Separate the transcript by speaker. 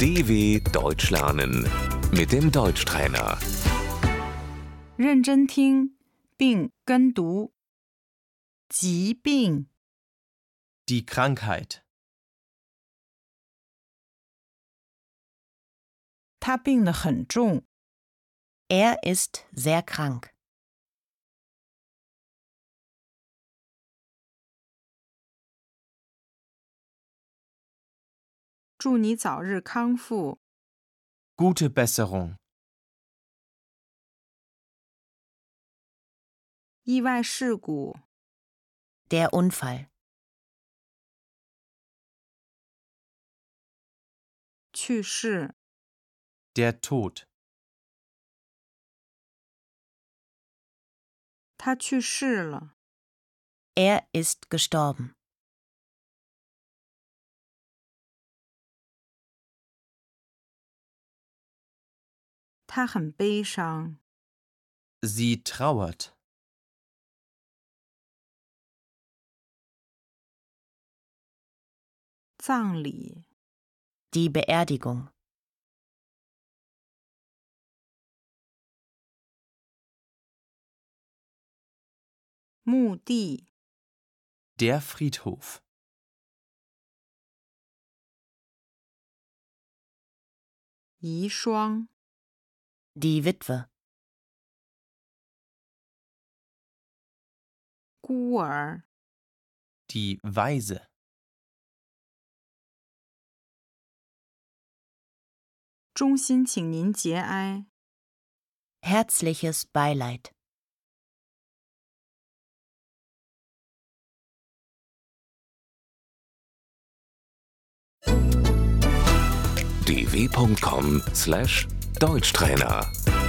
Speaker 1: DW Deutsch lernen mit dem Deutschtrainer.
Speaker 2: 认真听并跟读。疾病、
Speaker 3: Die Krankheit.
Speaker 2: 他病得很重。
Speaker 4: Er ist sehr krank.
Speaker 2: 祝你早日康复。
Speaker 3: Gute Besserung.
Speaker 2: 意外事故、
Speaker 4: Der Unfall.
Speaker 2: 去世、
Speaker 3: Der Tod.
Speaker 2: 他去世了。
Speaker 4: Er ist gestorben.
Speaker 2: 他很悲伤。
Speaker 3: Sie trauert.
Speaker 2: 葬礼、
Speaker 4: Die Beerdigung.
Speaker 2: 墓地、
Speaker 3: Der Friedhof.
Speaker 2: 遗孀、
Speaker 4: Die Witwe.
Speaker 2: 孤儿、
Speaker 3: Die Weise.
Speaker 2: 衷心请您节哀。
Speaker 4: Herzliches Beileid.
Speaker 1: dw.com/deutschtrainer